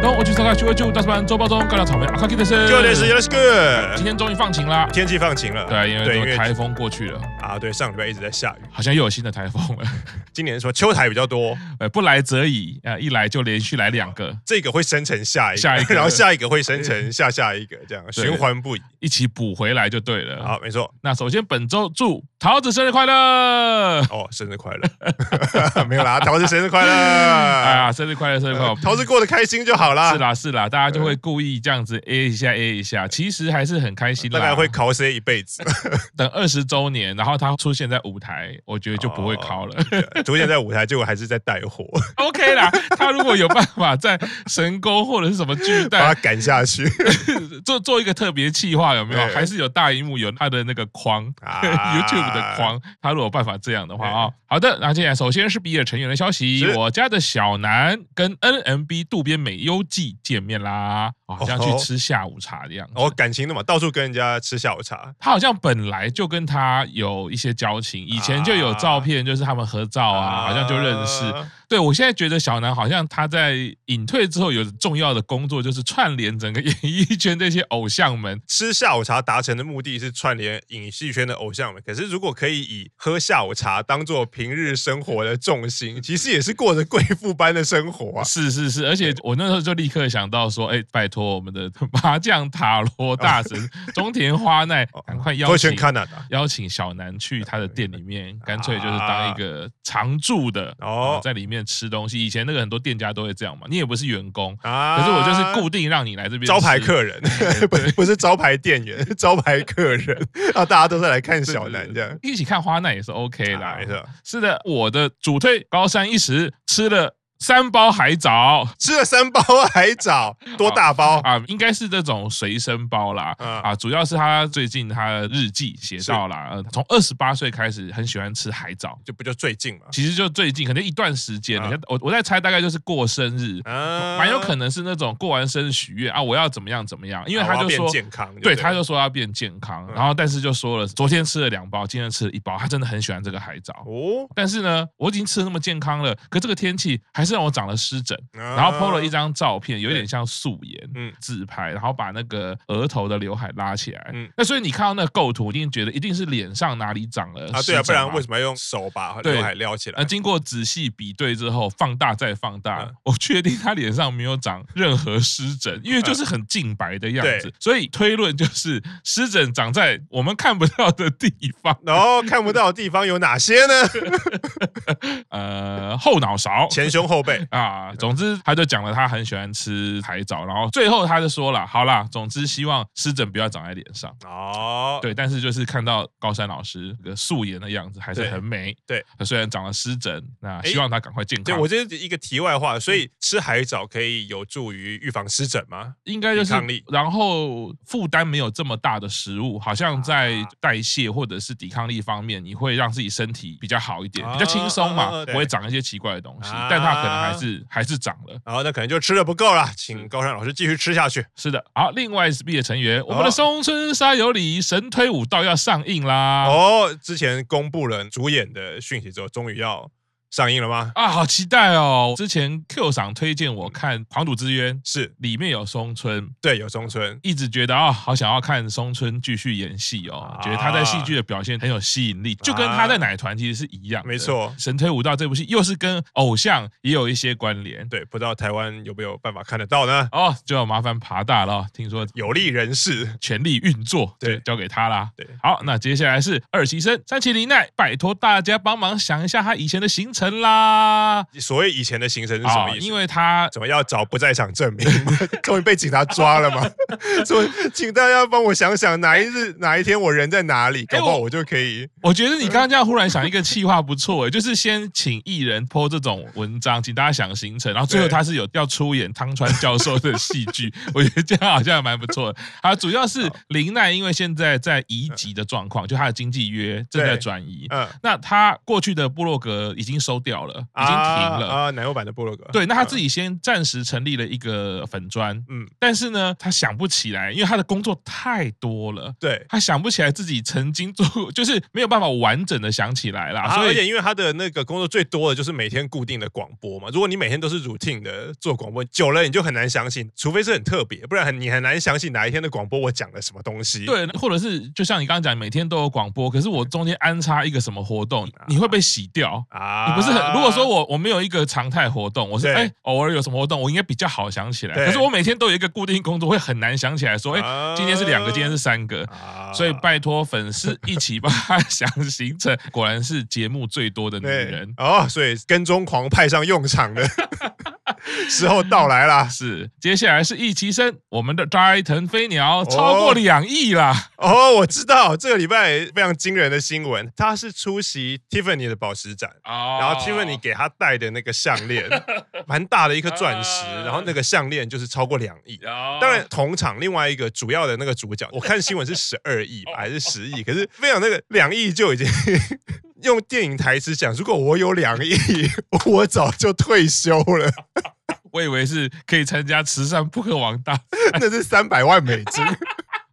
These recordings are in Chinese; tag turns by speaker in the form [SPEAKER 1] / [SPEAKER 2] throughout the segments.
[SPEAKER 1] 东，我去上海学会就大叔版周报中干掉草莓阿啊卡基的是，
[SPEAKER 2] 就这是 Let's Go。
[SPEAKER 1] 今天终于放晴啦。
[SPEAKER 2] 天气放晴了，
[SPEAKER 1] 对，啊因
[SPEAKER 2] 对，因
[SPEAKER 1] 为
[SPEAKER 2] 为
[SPEAKER 1] 台风过去了，
[SPEAKER 2] 啊，对，上礼拜一直在下雨，
[SPEAKER 1] 好像又有新的台风了。
[SPEAKER 2] 今年说秋台比较多，
[SPEAKER 1] 呃，不来则已，呃，一来就连续来两个，
[SPEAKER 2] 这个会生成下一个，
[SPEAKER 1] 下一个
[SPEAKER 2] 然后下一个会生成下下一个，这样
[SPEAKER 1] 对啊
[SPEAKER 2] 循环不已。
[SPEAKER 1] 一起补回来就对了。，
[SPEAKER 2] 好，没错，
[SPEAKER 1] 那首先本周祝桃子生日快乐！
[SPEAKER 2] 哦，生日快乐， 没有啦，桃子生日快 乐，
[SPEAKER 1] 哎呀，生日快乐，生日快乐！
[SPEAKER 2] 桃子过得开心就好啦。
[SPEAKER 1] 是，啦是啦，大家就会故意这样子 A 一下 A 一下，其实还是很开心啦。
[SPEAKER 2] 呃大概会考 C 一辈子，
[SPEAKER 1] 等二十周年，然后他出现在舞台，我觉得就不
[SPEAKER 2] 哦
[SPEAKER 1] 会考了。
[SPEAKER 2] 逐渐在舞台，结果还是在带货，
[SPEAKER 1] OK 啦， 他如果有办法在神沟或者是什么巨
[SPEAKER 2] 把
[SPEAKER 1] 蛋
[SPEAKER 2] 他赶下去
[SPEAKER 1] 做做一个特别企划，有没有？
[SPEAKER 2] 对
[SPEAKER 1] 还是有大荧幕，有他的那个框。
[SPEAKER 2] 啊
[SPEAKER 1] YouTube 的框，他如果有办法这样的话啊、好的，那接下来首先是比尔成员的消息
[SPEAKER 2] 是，
[SPEAKER 1] 我家的小南跟 NMB 渡边美优纪见面啦，哦好像去吃下午茶的样子。
[SPEAKER 2] 哦，感情那么到处跟人家吃下午茶
[SPEAKER 1] 他好像本来就跟他有一些交
[SPEAKER 2] 啊
[SPEAKER 1] 情，以前就有照片，就是他们合照啊，好像就认识。对我现在觉得小南好像他在隐退之后有重要的工作，就是串联整个演艺圈这些偶像们。
[SPEAKER 2] 吃下午茶达成的目的是串联影戏圈的偶像们，可是如果可以以喝下午茶当做平日生活的重心，其实也是过着贵妇般的生活啊。
[SPEAKER 1] 是是是，而且我那时候就立刻想到说，哎，拜托我们的麻将塔罗大 神中田花奈，赶快邀
[SPEAKER 2] 哦会
[SPEAKER 1] 请
[SPEAKER 2] 选 Canada
[SPEAKER 1] 邀请小南去他的店里面，干脆就是当一个常驻的
[SPEAKER 2] 哦
[SPEAKER 1] 哦，在里面吃东西。以前那个很多店家都会这样嘛，你也不是员工，
[SPEAKER 2] 啊
[SPEAKER 1] 可是我就是固定让你来这边
[SPEAKER 2] 招牌
[SPEAKER 1] 吃
[SPEAKER 2] 客人，不是不是招牌店员，是招牌客人，然后大家都在来看小南这样。
[SPEAKER 1] 一起看花奈也是 OK 啦，
[SPEAKER 2] 啊没错
[SPEAKER 1] 是的，我的主推高山一时吃了三包海藻
[SPEAKER 2] 吃了三包海藻，多大包？
[SPEAKER 1] 啊，应该是这种随身包啦。
[SPEAKER 2] 啊
[SPEAKER 1] 啊，主要是他最近他的日记写到啦，呃从二十八岁开始很喜欢吃海藻，
[SPEAKER 2] 就不就最近嘛？
[SPEAKER 1] 其实就最近可能一段时间了
[SPEAKER 2] 啊，
[SPEAKER 1] 我我在猜大概就是过生日，
[SPEAKER 2] 啊
[SPEAKER 1] 蛮有可能是那种过完生日许愿啊，我要怎么样怎么样，因为
[SPEAKER 2] 啊我
[SPEAKER 1] 他
[SPEAKER 2] 要
[SPEAKER 1] 就
[SPEAKER 2] 变
[SPEAKER 1] 说
[SPEAKER 2] 健康，
[SPEAKER 1] 对，
[SPEAKER 2] 不
[SPEAKER 1] 他就说要变健康，
[SPEAKER 2] 嗯
[SPEAKER 1] 然后但是就说了，昨天吃了两包，今天吃了一包，他真的很喜欢这个海藻。
[SPEAKER 2] 哦，
[SPEAKER 1] 但是呢，我已经吃的那么健康了，可这个天气还是让我长了湿疹。
[SPEAKER 2] 然
[SPEAKER 1] 然后 PO 了一，张照片，有点像素颜，
[SPEAKER 2] 啊嗯
[SPEAKER 1] 自拍，然后把那个额头的刘海拉起来，
[SPEAKER 2] 嗯
[SPEAKER 1] 那所以你看到那个构图，一定觉得一定是脸上哪里长了
[SPEAKER 2] 啊，对啊，不然为
[SPEAKER 1] 么？
[SPEAKER 2] 什么要用手把
[SPEAKER 1] 对
[SPEAKER 2] 刘海撩起来
[SPEAKER 1] 呃，？经过仔细比对之后，放大再放大，
[SPEAKER 2] 嗯
[SPEAKER 1] 我确定他脸上没有长任何湿疹，因为就是很净白的样子，
[SPEAKER 2] 对
[SPEAKER 1] 所以推论就是湿疹长在我们看不到的地方，
[SPEAKER 2] 然后看不到的地方有哪些呢？
[SPEAKER 1] 呃，后脑勺。
[SPEAKER 2] 前胸后背。
[SPEAKER 1] 啊，总之他就讲了，他很喜欢吃海藻，然后最后他就说了，好啦，总之希望湿疹不要长在脸上。
[SPEAKER 2] 哦，
[SPEAKER 1] 对，但是就是看到高山老师这个素颜的样子，还是
[SPEAKER 2] 对
[SPEAKER 1] 很美。
[SPEAKER 2] 对，
[SPEAKER 1] 虽然长了湿疹，那
[SPEAKER 2] 诶
[SPEAKER 1] 希望他赶快健
[SPEAKER 2] 对，
[SPEAKER 1] 康。
[SPEAKER 2] 我这是一个题外话，所以吃海藻可以有助于预防湿疹吗？
[SPEAKER 1] 应该就是
[SPEAKER 2] 抵抗力，
[SPEAKER 1] 然后负担没有这么大的食物，好像在
[SPEAKER 2] 啊
[SPEAKER 1] 代谢或者是抵抗力方面，你会让自己身体比较好一点，
[SPEAKER 2] 啊
[SPEAKER 1] 比较轻松
[SPEAKER 2] 啊啊
[SPEAKER 1] 嘛
[SPEAKER 2] 啊，对
[SPEAKER 1] 不会长一些奇怪的东西。
[SPEAKER 2] 啊
[SPEAKER 1] 但他可能还是还是长了。
[SPEAKER 2] 然后那可能就吃的不够了，请高山老师继续吃下去。
[SPEAKER 1] 是的，好，另外 SB 的成员，我们
[SPEAKER 2] 哦
[SPEAKER 1] 的松村沙友里神推武道要上映啦！
[SPEAKER 2] 哦，之前公布了主演的讯息之后，终于要上映了吗？
[SPEAKER 1] 啊，好期待哦！之前 Q 赏推荐我看《狂赌之渊》，
[SPEAKER 2] 是
[SPEAKER 1] 里面有松村，
[SPEAKER 2] 对，有中村
[SPEAKER 1] 一直觉得啊、好想要看松村继续演戏哦，
[SPEAKER 2] 啊
[SPEAKER 1] 觉得他在戏剧的表现很有吸引力，就跟他在奶团其实是一样的。
[SPEAKER 2] 没错
[SPEAKER 1] 神推武道这部戏又是跟偶像也有一些关联。
[SPEAKER 2] 对，不知道台湾有没有办法看得到呢？
[SPEAKER 1] 哦，就要麻烦爬大了哦，听说
[SPEAKER 2] 有利人士，
[SPEAKER 1] 全力运作，
[SPEAKER 2] 对
[SPEAKER 1] 就交给他啦。
[SPEAKER 2] 对
[SPEAKER 1] 好，那接下来是二期生三崎林奈，拜托大家帮忙想一下他以前的行程啦。
[SPEAKER 2] 所谓以前的行程是什
[SPEAKER 1] 啊、
[SPEAKER 2] 么意思？
[SPEAKER 1] 因为他
[SPEAKER 2] 怎么要找不在场证明 吗？终于被警察抓了吗？ 所以请大家帮我想想，哪一日哪一天我人在哪里，搞不好
[SPEAKER 1] 哎我
[SPEAKER 2] 我就可以。
[SPEAKER 1] 我觉得你刚刚这样忽然想一个计划不错诶，就是先请艺人 po 这种文章，请大家想行程，然后最后
[SPEAKER 2] 对
[SPEAKER 1] 他是有要出演汤川教授的戏 剧，我觉得这样好像还蛮不错的。好，主要是林奈因为现在在移籍的状况，就他的经纪约正在
[SPEAKER 2] 对
[SPEAKER 1] 转移。
[SPEAKER 2] 嗯，
[SPEAKER 1] 那他过去的部落格已经收掉了，已
[SPEAKER 2] 啊
[SPEAKER 1] 经停了。
[SPEAKER 2] 啊，奶油版的部落格。
[SPEAKER 1] 对，那他自己先暂时成立了一个粉砖，
[SPEAKER 2] 嗯，嗯，
[SPEAKER 1] 但是呢，他想不起来，因为他的工作太多了。
[SPEAKER 2] 对。
[SPEAKER 1] 他想不起来自己曾经做过， 就是没有办法完整的想起来啦，
[SPEAKER 2] 啊
[SPEAKER 1] 所
[SPEAKER 2] 而
[SPEAKER 1] 以
[SPEAKER 2] 且因为他的那个工作最多的就是每天固定的广播嘛，如果你每天都是 routine 的做广播，久了你就很难相信，除非是很特别，不然很你很难相信哪一天的广播我讲了什么东西。
[SPEAKER 1] 对，或者是就像你刚刚讲，每天都有广播，可是我中间安插一个什么活动，你会被洗掉。
[SPEAKER 2] 啊，
[SPEAKER 1] 你不是很？如果说我我没有一个常态活动，我是
[SPEAKER 2] 对
[SPEAKER 1] 哎、偶尔有什么活动，我应该比较好想起来。
[SPEAKER 2] 对
[SPEAKER 1] 可是我每天都有一个固定工作，会很难想起来说，哎、
[SPEAKER 2] 啊
[SPEAKER 1] 今天是两个，今天是三个。
[SPEAKER 2] 啊
[SPEAKER 1] 所以拜托粉丝一起帮他 想行程，果然是节目最多的女
[SPEAKER 2] 对
[SPEAKER 1] 人。
[SPEAKER 2] 哦，所以跟踪狂派上用 场的时候到来啦。
[SPEAKER 1] 是，接下来是易其生，我们的斋藤飞鸟超过两亿啦，
[SPEAKER 2] 哦，我知道这个礼拜非常惊人的新闻，他是出席 Tiffany 的宝石展。
[SPEAKER 1] 哦
[SPEAKER 2] 然后 Tiffany 给他戴的那个项 链，蛮大的一颗钻石，
[SPEAKER 1] 啊
[SPEAKER 2] 然后那个项链就是超过两亿。
[SPEAKER 1] 哦
[SPEAKER 2] 当然，同场另外一个主要的那个 主角，我看新闻是十二亿
[SPEAKER 1] 哦
[SPEAKER 2] 吧，还是十亿？可是非常那个两亿就已经 用电影台词讲，如果我有两亿， 我早就退休了，
[SPEAKER 1] 我以为是可以参加慈善扑克王大
[SPEAKER 2] 那是三百万美金。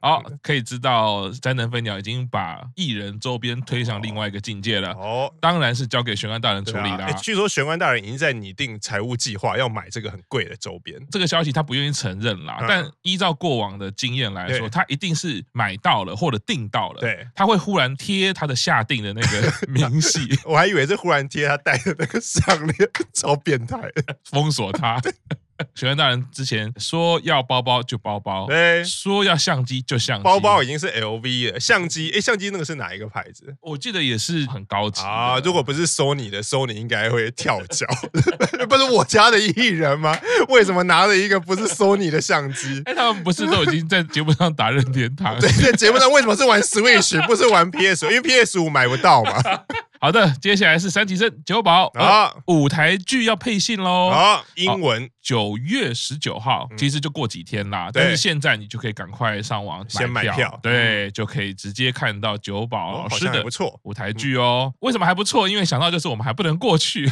[SPEAKER 1] 好，可以知道三能飞鸟已经把艺人周边推向另外一个境界了，
[SPEAKER 2] 哦。
[SPEAKER 1] 当然是交给玄关大人处
[SPEAKER 2] 对啊
[SPEAKER 1] 理啦
[SPEAKER 2] 诶。据说玄关大人已经在拟定财务计划，要买这个很贵的周边。
[SPEAKER 1] 这个消息他不愿意承认啦，
[SPEAKER 2] 嗯
[SPEAKER 1] 但依照过往的经验来说，
[SPEAKER 2] 对
[SPEAKER 1] 他一定是买到了或者订到了，
[SPEAKER 2] 对，
[SPEAKER 1] 他会忽然贴他的下定的那 个明细
[SPEAKER 2] 我还以为是忽然贴他戴的那个项链， 超变态的。
[SPEAKER 1] 封锁 他。玄关大人之前说要包包就包包，
[SPEAKER 2] 对，
[SPEAKER 1] 说要相机就相机，
[SPEAKER 2] 包包已经是 LV 了，相机，哎，相机那个是哪一个牌子
[SPEAKER 1] 我记得也是很高级的
[SPEAKER 2] 啊？如果不是 Sony 的，Sony 应该会跳脚。 不是我家的艺人吗？为什么拿了一个不是 Sony 的 相机？
[SPEAKER 1] 哎，他们不是都已经在节目上打任天堂？
[SPEAKER 2] 对，在节目上为什么是玩 Switch 不是玩 PS？因为 PS 五买不 到嘛。
[SPEAKER 1] 好的，接下来是三级生九宝啊，
[SPEAKER 2] 啊
[SPEAKER 1] 舞台剧要配信喽。
[SPEAKER 2] 啊，英文
[SPEAKER 1] 九月十九号，其实就过几天啦，
[SPEAKER 2] 嗯对
[SPEAKER 1] 但是现在你就可以赶快上网
[SPEAKER 2] 先买票嗯
[SPEAKER 1] 对，就可以直接看到九宝
[SPEAKER 2] 哦
[SPEAKER 1] 老
[SPEAKER 2] 好
[SPEAKER 1] 师
[SPEAKER 2] 像还
[SPEAKER 1] 的
[SPEAKER 2] 不错。
[SPEAKER 1] 舞台剧哦。为什么还不错？因为想到就是我们还不能过 去，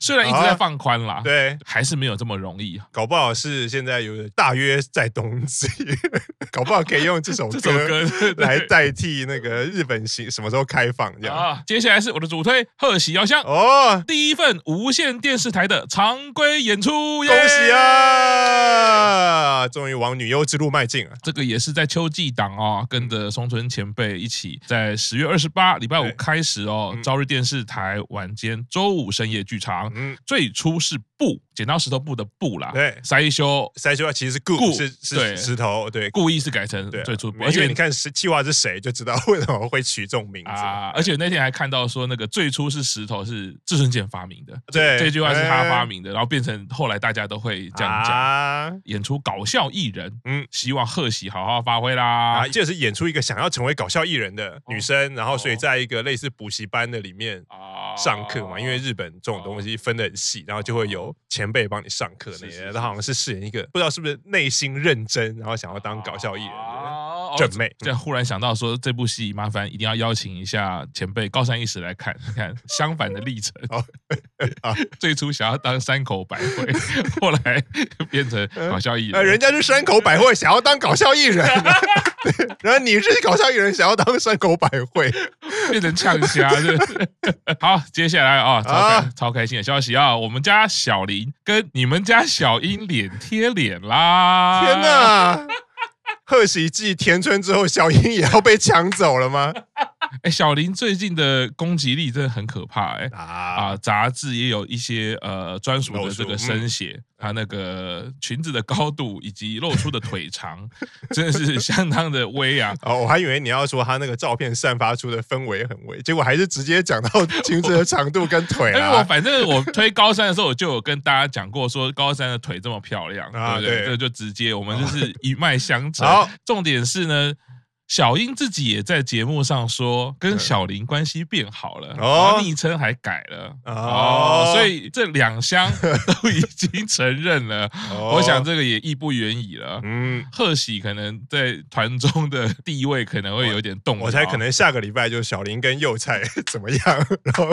[SPEAKER 1] 虽然一直
[SPEAKER 2] 啊
[SPEAKER 1] 在放宽啦，，
[SPEAKER 2] 对，
[SPEAKER 1] 还是没有这么容易。啊
[SPEAKER 2] 搞不好是现在有大约在冬季， 搞不好可以用这 首
[SPEAKER 1] 这首
[SPEAKER 2] 歌
[SPEAKER 1] 歌对
[SPEAKER 2] 来代替那个日本行什么时候开放这样。
[SPEAKER 1] 啊，接下来是我的主推贺喜遥香。
[SPEAKER 2] 哦，
[SPEAKER 1] 第一份无线电视台的常规演出，耶
[SPEAKER 2] 恭喜！啊！终于往女优之路迈进了。
[SPEAKER 1] 这个也是在秋季档哦，跟着松村前辈一起，在十月二十八礼拜五
[SPEAKER 2] 对
[SPEAKER 1] 开始哦，
[SPEAKER 2] 嗯
[SPEAKER 1] 朝日电视台晚间周五深夜剧场。
[SPEAKER 2] 嗯，
[SPEAKER 1] 最初是布，剪刀石头布的布啦，
[SPEAKER 2] 对
[SPEAKER 1] 塞修
[SPEAKER 2] 塞修其实是
[SPEAKER 1] 顾
[SPEAKER 2] 顾是
[SPEAKER 1] 对
[SPEAKER 2] 是石头，对
[SPEAKER 1] 故意是改成
[SPEAKER 2] 对啊，
[SPEAKER 1] 最初布，
[SPEAKER 2] 而
[SPEAKER 1] 而
[SPEAKER 2] 且
[SPEAKER 1] 且
[SPEAKER 2] 你看是计划是谁，就知道为什么会取这种名字。
[SPEAKER 1] 啊，而且那天还看到说那个最初是石头是志村健发明的，
[SPEAKER 2] 对
[SPEAKER 1] 这句话是他
[SPEAKER 2] 哎
[SPEAKER 1] 发明的，然后变成后来大家都会这样讲。
[SPEAKER 2] 啊
[SPEAKER 1] 演出搞笑艺人，嗯
[SPEAKER 2] 嗯，
[SPEAKER 1] 希望贺喜好好发挥啦
[SPEAKER 2] 啊！。这是演出一个想要成为搞笑艺人的女
[SPEAKER 1] 哦
[SPEAKER 2] 生，然后所以在一个类似补习班的里面
[SPEAKER 1] 啊
[SPEAKER 2] 上课嘛，因为日本这种东西分得很细，然后就会有前辈帮你上课那
[SPEAKER 1] 哦是是
[SPEAKER 2] 些。
[SPEAKER 1] 是
[SPEAKER 2] 她好像是饰演一个不知道是不是内心认真，然后想要当搞笑艺人的
[SPEAKER 1] 哦
[SPEAKER 2] 正妹。嗯
[SPEAKER 1] 这忽然想到说，这部戏麻烦一定要邀请一下前辈高山一史来看，你看相反的历程
[SPEAKER 2] 哦。
[SPEAKER 1] 最初想要当山口百惠， 后来变成搞笑艺
[SPEAKER 2] 呃，
[SPEAKER 1] 人。
[SPEAKER 2] 人家是山口百惠，想要当搞笑艺人， 对然后你是搞笑艺人，想要当山口百惠
[SPEAKER 1] 变成呛虾，是不是 好，接下来啊、超开、
[SPEAKER 2] 啊
[SPEAKER 1] 超开心的消息啊，我们家小林跟你们家小英脸贴脸啦！
[SPEAKER 2] 天哪！贺喜继田村之后，小樱也要被抢走了吗？
[SPEAKER 1] 哎、小林最近的攻击力真的很可怕哎、啊、
[SPEAKER 2] 啊，
[SPEAKER 1] 杂志也有一些呃专属的
[SPEAKER 2] 露
[SPEAKER 1] 这
[SPEAKER 2] 出
[SPEAKER 1] 个深写，它那个裙子的高度以及露出的腿长， 真的是相当的威啊！
[SPEAKER 2] 哦，我还以为你要说他那个照片散发出的氛围很微，结果还是直接讲到裙子的长度跟腿啊哦
[SPEAKER 1] 因为哎我
[SPEAKER 2] 啦。
[SPEAKER 1] 反正我推高三的时候，我就有跟大家讲过，说高三的腿这么漂亮，
[SPEAKER 2] 啊
[SPEAKER 1] 对不对？
[SPEAKER 2] 对
[SPEAKER 1] 这就直接我们就是一脉相承
[SPEAKER 2] 好。
[SPEAKER 1] 重点是呢，小英自己也在节目上说，跟小林关系变好了，
[SPEAKER 2] 嗯哦
[SPEAKER 1] 然后昵称还改了。
[SPEAKER 2] 哦
[SPEAKER 1] 哦，所以这两箱都已经承认了，
[SPEAKER 2] 哦
[SPEAKER 1] 我想这个也义不远矣了。
[SPEAKER 2] 嗯，
[SPEAKER 1] 贺喜可能在团中的地位可能会有点动摇，
[SPEAKER 2] 我猜可能下个礼拜就小林跟幼菜 怎么样，然后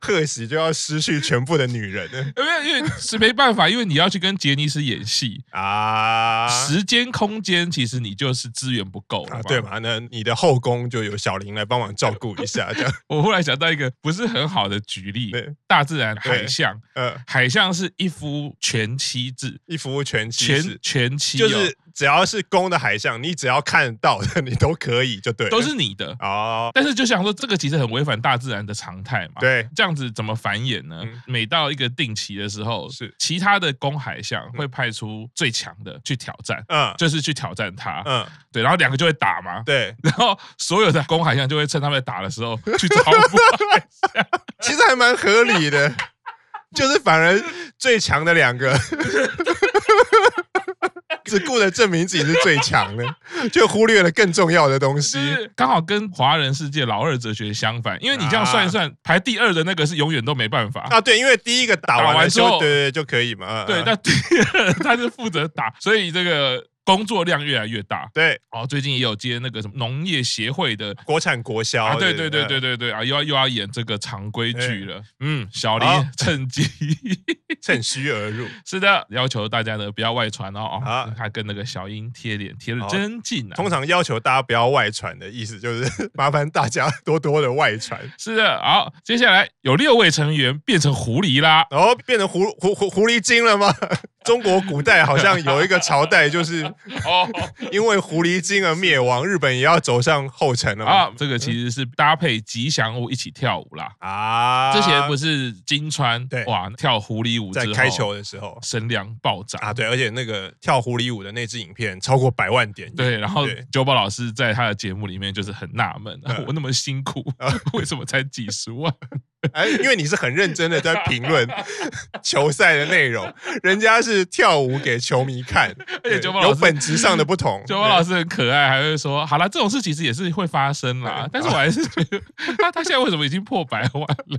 [SPEAKER 2] 贺喜就要失去全部的女人 了
[SPEAKER 1] 因为因为是没办法，因为你要去跟杰尼斯演戏，
[SPEAKER 2] 啊，
[SPEAKER 1] 时间空间其实你就是资源不够了
[SPEAKER 2] 啊
[SPEAKER 1] 嘛，
[SPEAKER 2] 对嘛？那你的后宫就有小林来帮忙照顾一下，这样，
[SPEAKER 1] 我忽然想到一个不是很好的举例
[SPEAKER 2] 对，
[SPEAKER 1] 大自然
[SPEAKER 2] 对
[SPEAKER 1] 海象，
[SPEAKER 2] 呃，
[SPEAKER 1] 海象是一夫全妻制，
[SPEAKER 2] 一夫全妻
[SPEAKER 1] 全
[SPEAKER 2] 制，
[SPEAKER 1] 全妻哦、
[SPEAKER 2] 就是只要是公的海象，你只要看到的，你都可以，就对了，
[SPEAKER 1] 都是你的。
[SPEAKER 2] 哦，
[SPEAKER 1] 但是就想说，这个其实很违反大自然的常态嘛。
[SPEAKER 2] 对，
[SPEAKER 1] 这样子怎么繁衍呢？
[SPEAKER 2] 嗯
[SPEAKER 1] 每到一个定期的时候，
[SPEAKER 2] 是
[SPEAKER 1] 其他的公海象会派出最强的去挑战，
[SPEAKER 2] 嗯
[SPEAKER 1] 就是去挑战它。
[SPEAKER 2] 嗯，
[SPEAKER 1] 对，然后两个就会打嘛。
[SPEAKER 2] 对，
[SPEAKER 1] 然后所有的公海象就会趁他们打的时候去招 募海象。
[SPEAKER 2] 其实还蛮合理的，就是反而最强的 两个。只顾着证明自己是最强的，就忽略了更重要的东
[SPEAKER 1] 就
[SPEAKER 2] 西。
[SPEAKER 1] 是刚好跟华人世界老二哲学相反，因为你这样算一算，排第二的那个是永远都没办法。
[SPEAKER 2] 啊，对，因为第一个打完
[SPEAKER 1] 打
[SPEAKER 2] 了
[SPEAKER 1] 完之后
[SPEAKER 2] 就对对对就可以嘛。啊
[SPEAKER 1] 对，
[SPEAKER 2] 啊
[SPEAKER 1] 那第二他是负责打，所以这个工作量越来越大。
[SPEAKER 2] 对
[SPEAKER 1] 哦，最近也有接那个什么农业协会的
[SPEAKER 2] 国产国销、嗯
[SPEAKER 1] 啊，对对
[SPEAKER 2] 哎
[SPEAKER 1] 对对对对啊，又要又要演这个常规剧了。嗯，小林
[SPEAKER 2] 好
[SPEAKER 1] 趁机
[SPEAKER 2] 对，趁虚而入。
[SPEAKER 1] 是的，要求大家呢不要外传哦。
[SPEAKER 2] 好
[SPEAKER 1] 哦，他跟那个小英贴脸贴的
[SPEAKER 2] 好
[SPEAKER 1] 真近啊。
[SPEAKER 2] 通常要求大家不要外传的意思，就是麻烦大家多多的外传。
[SPEAKER 1] 是的，好，接下来有六位成员变成狐狸啦。
[SPEAKER 2] 然后变成狐狐狐狐狸精了吗？中国古代好像有一个朝代，就是
[SPEAKER 1] 哦，
[SPEAKER 2] 因为狐狸精而灭亡，日本也要走上后尘了嘛。
[SPEAKER 1] 啊，这个其实是搭配吉祥物一起跳舞啦。
[SPEAKER 2] 啊，
[SPEAKER 1] 之前不是金川
[SPEAKER 2] 对
[SPEAKER 1] 哇跳狐狸舞
[SPEAKER 2] 在
[SPEAKER 1] 之后
[SPEAKER 2] 开球的时候
[SPEAKER 1] 声量暴涨
[SPEAKER 2] 啊，对，而且那个跳狐狸舞的那支影片超过百万点，
[SPEAKER 1] 对，然后
[SPEAKER 2] 对
[SPEAKER 1] 九宝老师在他的节目里面就是很纳闷，
[SPEAKER 2] 嗯
[SPEAKER 1] 我那么辛苦， 为什么才几十万？
[SPEAKER 2] 哎，因为你是很认真的在评 论球赛的内容，人家是跳舞给球迷看，
[SPEAKER 1] 而且九宝老
[SPEAKER 2] 有
[SPEAKER 1] 师
[SPEAKER 2] 本质上的 不同。
[SPEAKER 1] 九宝老师很可爱，还会说：“好啦，这种事其实也是会发生啦。”但是我还是觉得他他现在为什么已经破百万 了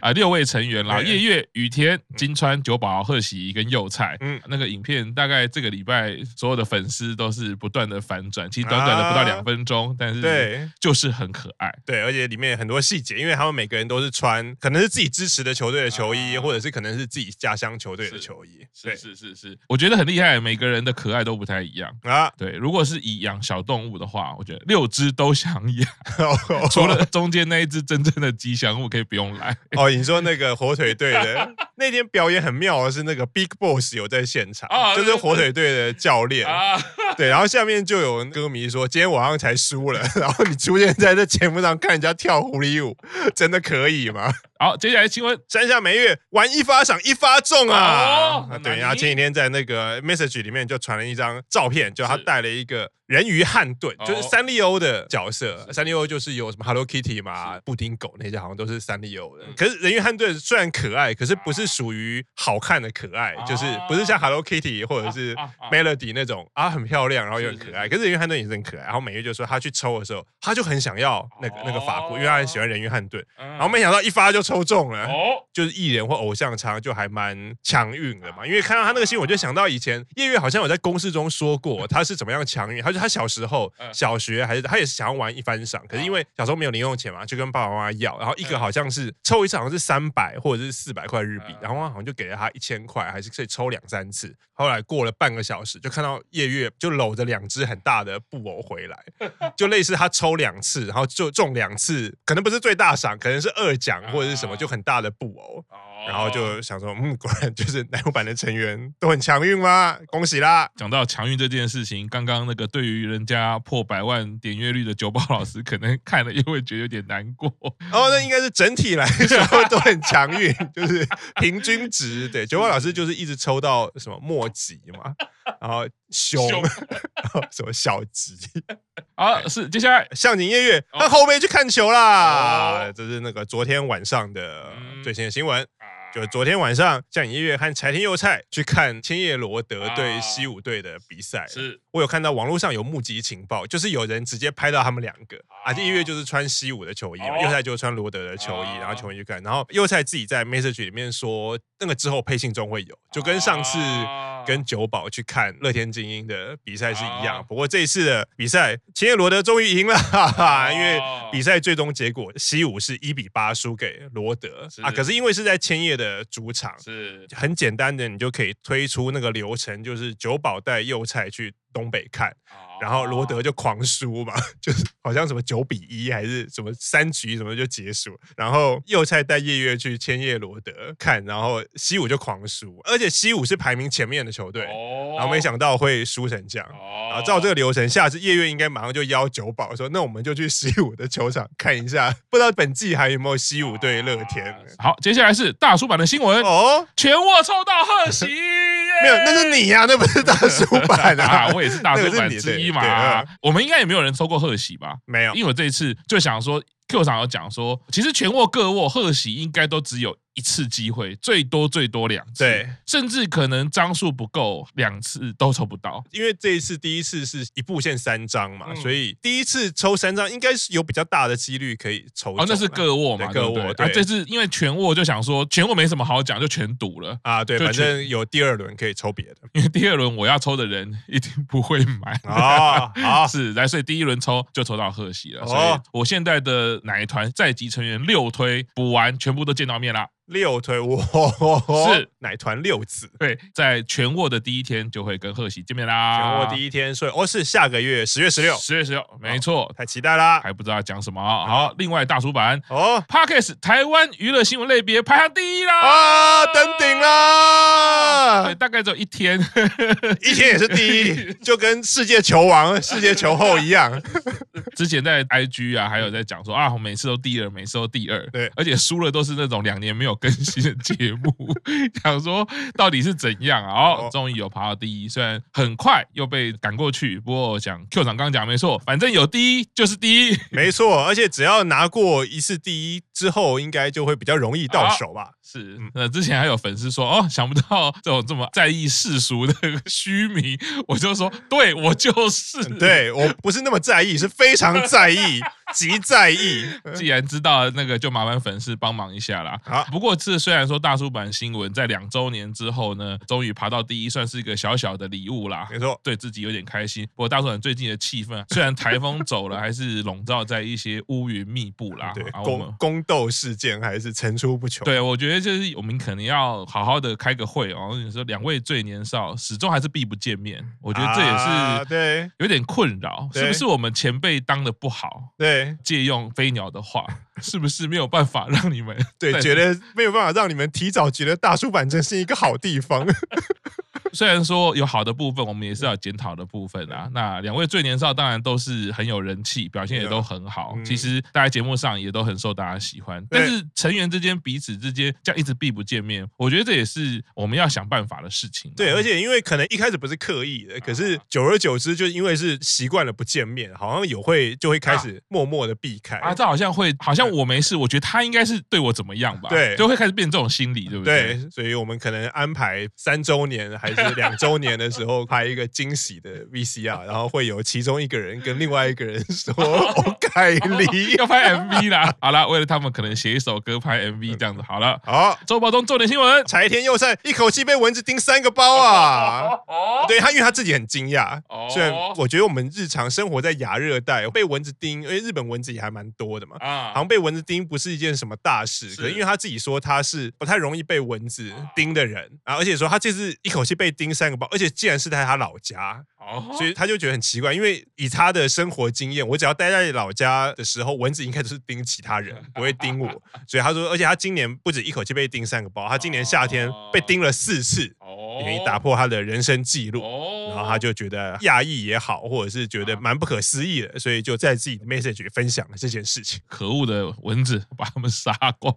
[SPEAKER 1] 啊？六位成员啦，
[SPEAKER 2] 对
[SPEAKER 1] 夜月、雨天、金川、九宝、贺喜跟幼菜。
[SPEAKER 2] 嗯
[SPEAKER 1] 嗯，那个影片大概这个礼拜所有的粉丝都是不断的反转，其实短短的不到
[SPEAKER 2] 啊
[SPEAKER 1] 两分钟，但是
[SPEAKER 2] 对
[SPEAKER 1] 就是很可爱。
[SPEAKER 2] 对，而且里面很多细节，因为他们每个人都是穿可能是自己支持的球队的球衣，
[SPEAKER 1] 啊
[SPEAKER 2] 或者是可能是自己家乡球队的
[SPEAKER 1] 是
[SPEAKER 2] 球衣。
[SPEAKER 1] 是
[SPEAKER 2] 对
[SPEAKER 1] 是是是，我觉得很厉害，每个人的可爱都不太一样。
[SPEAKER 2] 啊，
[SPEAKER 1] 对，如果是以养小动物的话，我觉得六只都想 养，除
[SPEAKER 2] 除
[SPEAKER 1] 了中间那一只真正的吉祥物可以不用来。
[SPEAKER 2] 哦，你说那个火腿队的那天表演很妙的是，那个 Big Boss 有在现场，
[SPEAKER 1] 哦
[SPEAKER 2] 就是火腿队的教练。
[SPEAKER 1] 啊，
[SPEAKER 2] 对，然后下面就有歌迷说，今天晚上才输了， 然后你出现在这节目上看人家跳狐狸舞，真的可以吗？
[SPEAKER 1] 好，接下来新闻
[SPEAKER 2] 山下美月玩一发赏一发中啊！
[SPEAKER 1] 哦
[SPEAKER 2] 啊
[SPEAKER 1] 很
[SPEAKER 2] 对，
[SPEAKER 1] 难
[SPEAKER 2] 然后
[SPEAKER 1] 赢
[SPEAKER 2] 前几天在那个 message 里面就传了一张照片，就他
[SPEAKER 1] 是
[SPEAKER 2] 带了一个人鱼汉盾，
[SPEAKER 1] 哦
[SPEAKER 2] 就是三丽鸥的角色。三丽鸥就是有什么 Hello Kitty 嘛
[SPEAKER 1] 是、
[SPEAKER 2] 布丁狗那些，好像都是三丽鸥的
[SPEAKER 1] 嗯。
[SPEAKER 2] 可是人鱼汉盾虽然可爱，可是不是属于好看的可爱，
[SPEAKER 1] 啊
[SPEAKER 2] 就是不是像 Hello Kitty 或者 是
[SPEAKER 1] 啊啊啊
[SPEAKER 2] Melody 那种啊很漂亮，然后又很
[SPEAKER 1] 是是
[SPEAKER 2] 可爱。可是人鱼汉盾也是很可爱。然后美月就说他去抽的时候，他就很想要那个那个法
[SPEAKER 1] 哦
[SPEAKER 2] 棍，因为他很喜欢人鱼汉盾。
[SPEAKER 1] 然
[SPEAKER 2] 然后没想到一发就抽中了。
[SPEAKER 1] 嗯哦，
[SPEAKER 2] 就是艺人或偶像，常常就还蛮强运的嘛。因为看到他那个新闻，我就想到以前叶月好像有在公式中说 过他是怎么样强运。他就他小时候
[SPEAKER 1] 嗯
[SPEAKER 2] 小学还是他也是想要玩一番赏，可是因为小时候没有零用钱嘛，就跟爸爸妈妈要。然后一个
[SPEAKER 1] 嗯
[SPEAKER 2] 好像是抽一次好像是三百或者是四百块日币
[SPEAKER 1] 嗯，
[SPEAKER 2] 然后好像就给了他一千块，还是可以抽两三次。后来过了半个小时，就看到叶月就搂着两只很大的布偶回来，就类似他抽两次，然后就中两次，可能不是最大赏，可能是二奖或者是什么，
[SPEAKER 1] 啊
[SPEAKER 2] 就很大的布偶。然
[SPEAKER 1] 然
[SPEAKER 2] 后就想说，嗯，果然就是奶油版的成员都很强运吗？恭喜啦！
[SPEAKER 1] 讲到强运这件事情，刚刚那个对于人家破百万点阅率的九宝老师，可能看了又会觉得有点难过。
[SPEAKER 2] 哦，那应该是整体来 说都很强运，就是平均值。对，九宝老师就是一直抽到什么末级嘛，然后熊，
[SPEAKER 1] 熊
[SPEAKER 2] 然后什么小级，
[SPEAKER 1] 好，是接下来
[SPEAKER 2] 向景夜月，
[SPEAKER 1] 哦
[SPEAKER 2] 他后背去看球啦。
[SPEAKER 1] 哦
[SPEAKER 2] 这是那个昨天晚上的
[SPEAKER 1] 嗯
[SPEAKER 2] 最新的新闻。
[SPEAKER 1] 啊
[SPEAKER 2] 就昨天晚上，像音乐和柴田佑菜去看千叶罗德
[SPEAKER 1] 啊
[SPEAKER 2] 对西武队的比赛，
[SPEAKER 1] 是
[SPEAKER 2] 我有看到网络上有目击情报，就是有人直接拍到他们两个啊，音乐就是穿西武的球衣嘛，
[SPEAKER 1] 哦
[SPEAKER 2] 右菜就穿罗德的球衣，
[SPEAKER 1] 哦
[SPEAKER 2] 然后球衣去看，然后右菜自己在 message 里面说，那个之后配信中会有，就跟上次
[SPEAKER 1] 啊
[SPEAKER 2] 跟九保去看乐天精英的比赛是一
[SPEAKER 1] 哦
[SPEAKER 2] 样，不过这一次的比赛，千叶罗德终于赢了，哈啊哈，因为
[SPEAKER 1] 哦
[SPEAKER 2] 比赛最终结果西武是一比八输给罗德
[SPEAKER 1] 是
[SPEAKER 2] 啊，可是因为是在千叶的主场，
[SPEAKER 1] 哦是
[SPEAKER 2] 很简单的，你就可以推出那个流程，就是九保带右菜去东北看，然后罗
[SPEAKER 1] 哦
[SPEAKER 2] 德就狂输嘛， 就是好像什么九比一还是什么三局什么就结束，然后右菜带叶月去千叶罗德看，然后西武就狂输，而且西武是排名前面的球队，
[SPEAKER 1] 哦
[SPEAKER 2] 然后没想到会输成这样。
[SPEAKER 1] 哦
[SPEAKER 2] 啊，照这个流程，下次叶月应该马上就邀九保说，那我们就去西武的球场看一下，不知道本季还有没有西武对乐天呢？
[SPEAKER 1] 好，接下来是大叔版的新闻，
[SPEAKER 2] 哦，
[SPEAKER 1] 全握臭到贺喜，
[SPEAKER 2] 没有，那是你呀、那不是大叔 版
[SPEAKER 1] 啊
[SPEAKER 2] 啊，，
[SPEAKER 1] 我也是大叔
[SPEAKER 2] 那
[SPEAKER 1] 版
[SPEAKER 2] 个是你
[SPEAKER 1] 之一
[SPEAKER 2] 对对
[SPEAKER 1] 嘛
[SPEAKER 2] 啊。嗯
[SPEAKER 1] 我们应该也没有人收过贺喜吧？
[SPEAKER 2] 没有，
[SPEAKER 1] 因为我这一次就想说，Q 厂有讲说，其实全握各握贺喜应该都只有一次机会，最多最多两次，
[SPEAKER 2] 对，
[SPEAKER 1] 甚至可能张数不够，两次都抽不到。
[SPEAKER 2] 因为这一次第一次是一步限三张嘛，
[SPEAKER 1] 嗯
[SPEAKER 2] 所以第一次抽三张应该是有比较大的几率可以抽中啊。
[SPEAKER 1] 哦，那是各握嘛，
[SPEAKER 2] 对
[SPEAKER 1] 对不
[SPEAKER 2] 各握
[SPEAKER 1] 对。啊，
[SPEAKER 2] 对
[SPEAKER 1] 这次因为全握就想说，全握没什么好讲，就全赌了。
[SPEAKER 2] 啊，对，
[SPEAKER 1] 就
[SPEAKER 2] 反正有第二轮可以抽别的
[SPEAKER 1] 因为第二轮我要抽的人一定不会买
[SPEAKER 2] 啊。好
[SPEAKER 1] 是，来，所以第一轮抽就抽到贺喜了。
[SPEAKER 2] 哦
[SPEAKER 1] 所以我现在的奶团在籍成员六推补完，全部都见到面啦。
[SPEAKER 2] 六推哇，
[SPEAKER 1] 是
[SPEAKER 2] 奶团六子。
[SPEAKER 1] 对，在全握的第一天就会跟贺喜见面啦。
[SPEAKER 2] 全国第一天，所以哦是下个月十月十六，
[SPEAKER 1] 十月十六，没错，
[SPEAKER 2] 太期待啦！
[SPEAKER 1] 还不知道讲什么啊。好，另外大叔版
[SPEAKER 2] 哦
[SPEAKER 1] Parkes 台湾娱乐新闻类别排行第一啦。
[SPEAKER 2] 啊，登顶啦
[SPEAKER 1] 对，！大概只有一天，
[SPEAKER 2] 一天也是第一，就跟世界球王、世界球后一样。
[SPEAKER 1] 之前在 IG 啊，还有在讲说啊，我每次都第二，每次都第二，
[SPEAKER 2] 对
[SPEAKER 1] 而且输了都是那种两年没有更新的节目， 想说到底是怎样啊？哦
[SPEAKER 2] 哦，
[SPEAKER 1] 终于有爬到第一，虽然很快又被赶过去，不过我想 Q 长刚讲没错，反正有第一就是第一，
[SPEAKER 2] 没错，而且只要拿过一次第一之后，应该就会比较容易到手吧？
[SPEAKER 1] 是
[SPEAKER 2] 嗯，
[SPEAKER 1] 那之前还有粉丝说，哦，想不到这种这么在意世俗的 虚名，我就说，对我就是。
[SPEAKER 2] 嗯对我不是那么在意，是非常 在意，极在意。
[SPEAKER 1] 既然知道了那个，就麻烦粉丝帮忙一下啦。
[SPEAKER 2] 好
[SPEAKER 1] 不过这虽然说大叔版新闻在两周年之后呢，终于爬到第一，算是一个小小的礼物啦。
[SPEAKER 2] 没错，
[SPEAKER 1] 对自己有点开心。不过大叔版最近的气氛，虽然台风走了，还是笼罩在一些乌云密布啦。
[SPEAKER 2] 对
[SPEAKER 1] 啊我们
[SPEAKER 2] 宫宫斗事件还是层出不穷。
[SPEAKER 1] 对，我觉得就是我们可能要好好的开个会哦。你说两位最年少，始终还是避不见面，我
[SPEAKER 2] 我
[SPEAKER 1] 觉得这也是
[SPEAKER 2] 啊对
[SPEAKER 1] 有点困扰，是不
[SPEAKER 2] 对
[SPEAKER 1] 是我们前辈当的不好？
[SPEAKER 2] 对
[SPEAKER 1] 借用飞鸟的话，是不是没有办法让你们
[SPEAKER 2] 对，
[SPEAKER 1] 在
[SPEAKER 2] 觉得没有办法让你们提早觉得大叔板真是一个好地 方。
[SPEAKER 1] 虽然说有好的部分，我们也是要有检讨的部分啊。那两位最年少当然都是很有人气，表现也都很好。
[SPEAKER 2] 嗯
[SPEAKER 1] 其实大家节目上也都很受大家喜欢，
[SPEAKER 2] 对
[SPEAKER 1] 但是成员之间彼此之间这样一直避不见面，我觉得这也是我们要想办法的事情啊。
[SPEAKER 2] 对，而且因为可能一开始不是刻意的，可是久而久之，就因为是习惯了不见面，好像有会就会开
[SPEAKER 1] 啊
[SPEAKER 2] 始默默的避开。
[SPEAKER 1] 啊，这好像会，好像我没事，我觉得他应该是对我怎么样吧，
[SPEAKER 2] 对
[SPEAKER 1] 就会开始变这种心理，对不对？
[SPEAKER 2] 对，所以我们可能安排三周年还是两周年的时候拍一个惊喜的 VCR，然后会有其中一个人跟另外一个人说“我盖里
[SPEAKER 1] 要拍 MV 啦，好啦，为了他们可能写一首歌拍 MV 这样子，好了”。。
[SPEAKER 2] 好，
[SPEAKER 1] 周报中重点新闻，
[SPEAKER 2] 柴田佑善一口气被蚊子叮三个 包啊！
[SPEAKER 1] 哦，
[SPEAKER 2] 对他，因为他自己很惊讶
[SPEAKER 1] 哦。
[SPEAKER 2] 虽然我觉得我们日常生活在亚热带，被蚊子叮，因为日本蚊子也还蛮多的嘛。
[SPEAKER 1] 啊
[SPEAKER 2] 好像被蚊子叮不是一件什么大事，
[SPEAKER 1] 是哦
[SPEAKER 2] 可能因为他自己说他是不太容易被蚊子叮的人啊，而且说他这次一口气被叮三个包，而且既然是在他老家，
[SPEAKER 1] 哦
[SPEAKER 2] 所以他就觉得很奇怪，因为以他的生活经验，我只要待在老家的时候，蚊子应该都是叮其他 人，不会叮我，所以他说，而且他今年不止一口气被叮三个包，他今年夏天被叮了四次，
[SPEAKER 1] 哦
[SPEAKER 2] 等于打破他的人生记录。
[SPEAKER 1] 哦
[SPEAKER 2] 然后他就觉得讶异也好，或者是觉得蛮不可思议的，所以就在自己的 message 里分享了这件事情。
[SPEAKER 1] 可恶的蚊子把他们杀光。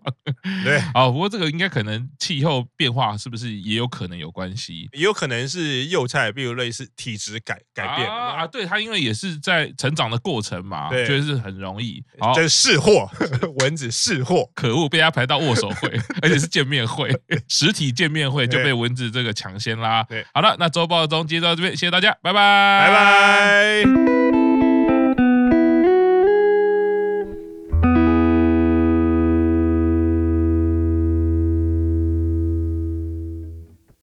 [SPEAKER 2] 对，
[SPEAKER 1] 好，不过这个应该可能气候变化是不是也有可能有关系？
[SPEAKER 2] 也有可能是幼菜，比如类似体质质改改变了嘛，
[SPEAKER 1] 啊！对他，因为也是在成长的过程嘛，
[SPEAKER 2] 对
[SPEAKER 1] 就是很容易。啊好，
[SPEAKER 2] 真是货， 蚊子是货。
[SPEAKER 1] 可恶，被他排到握手 会，而且是见面会，实体见面会就
[SPEAKER 2] 对
[SPEAKER 1] 被蚊子这个抢先啦
[SPEAKER 2] 对。
[SPEAKER 1] 好了，那周报中接到这边，谢谢大家，拜拜，
[SPEAKER 2] 拜。拜。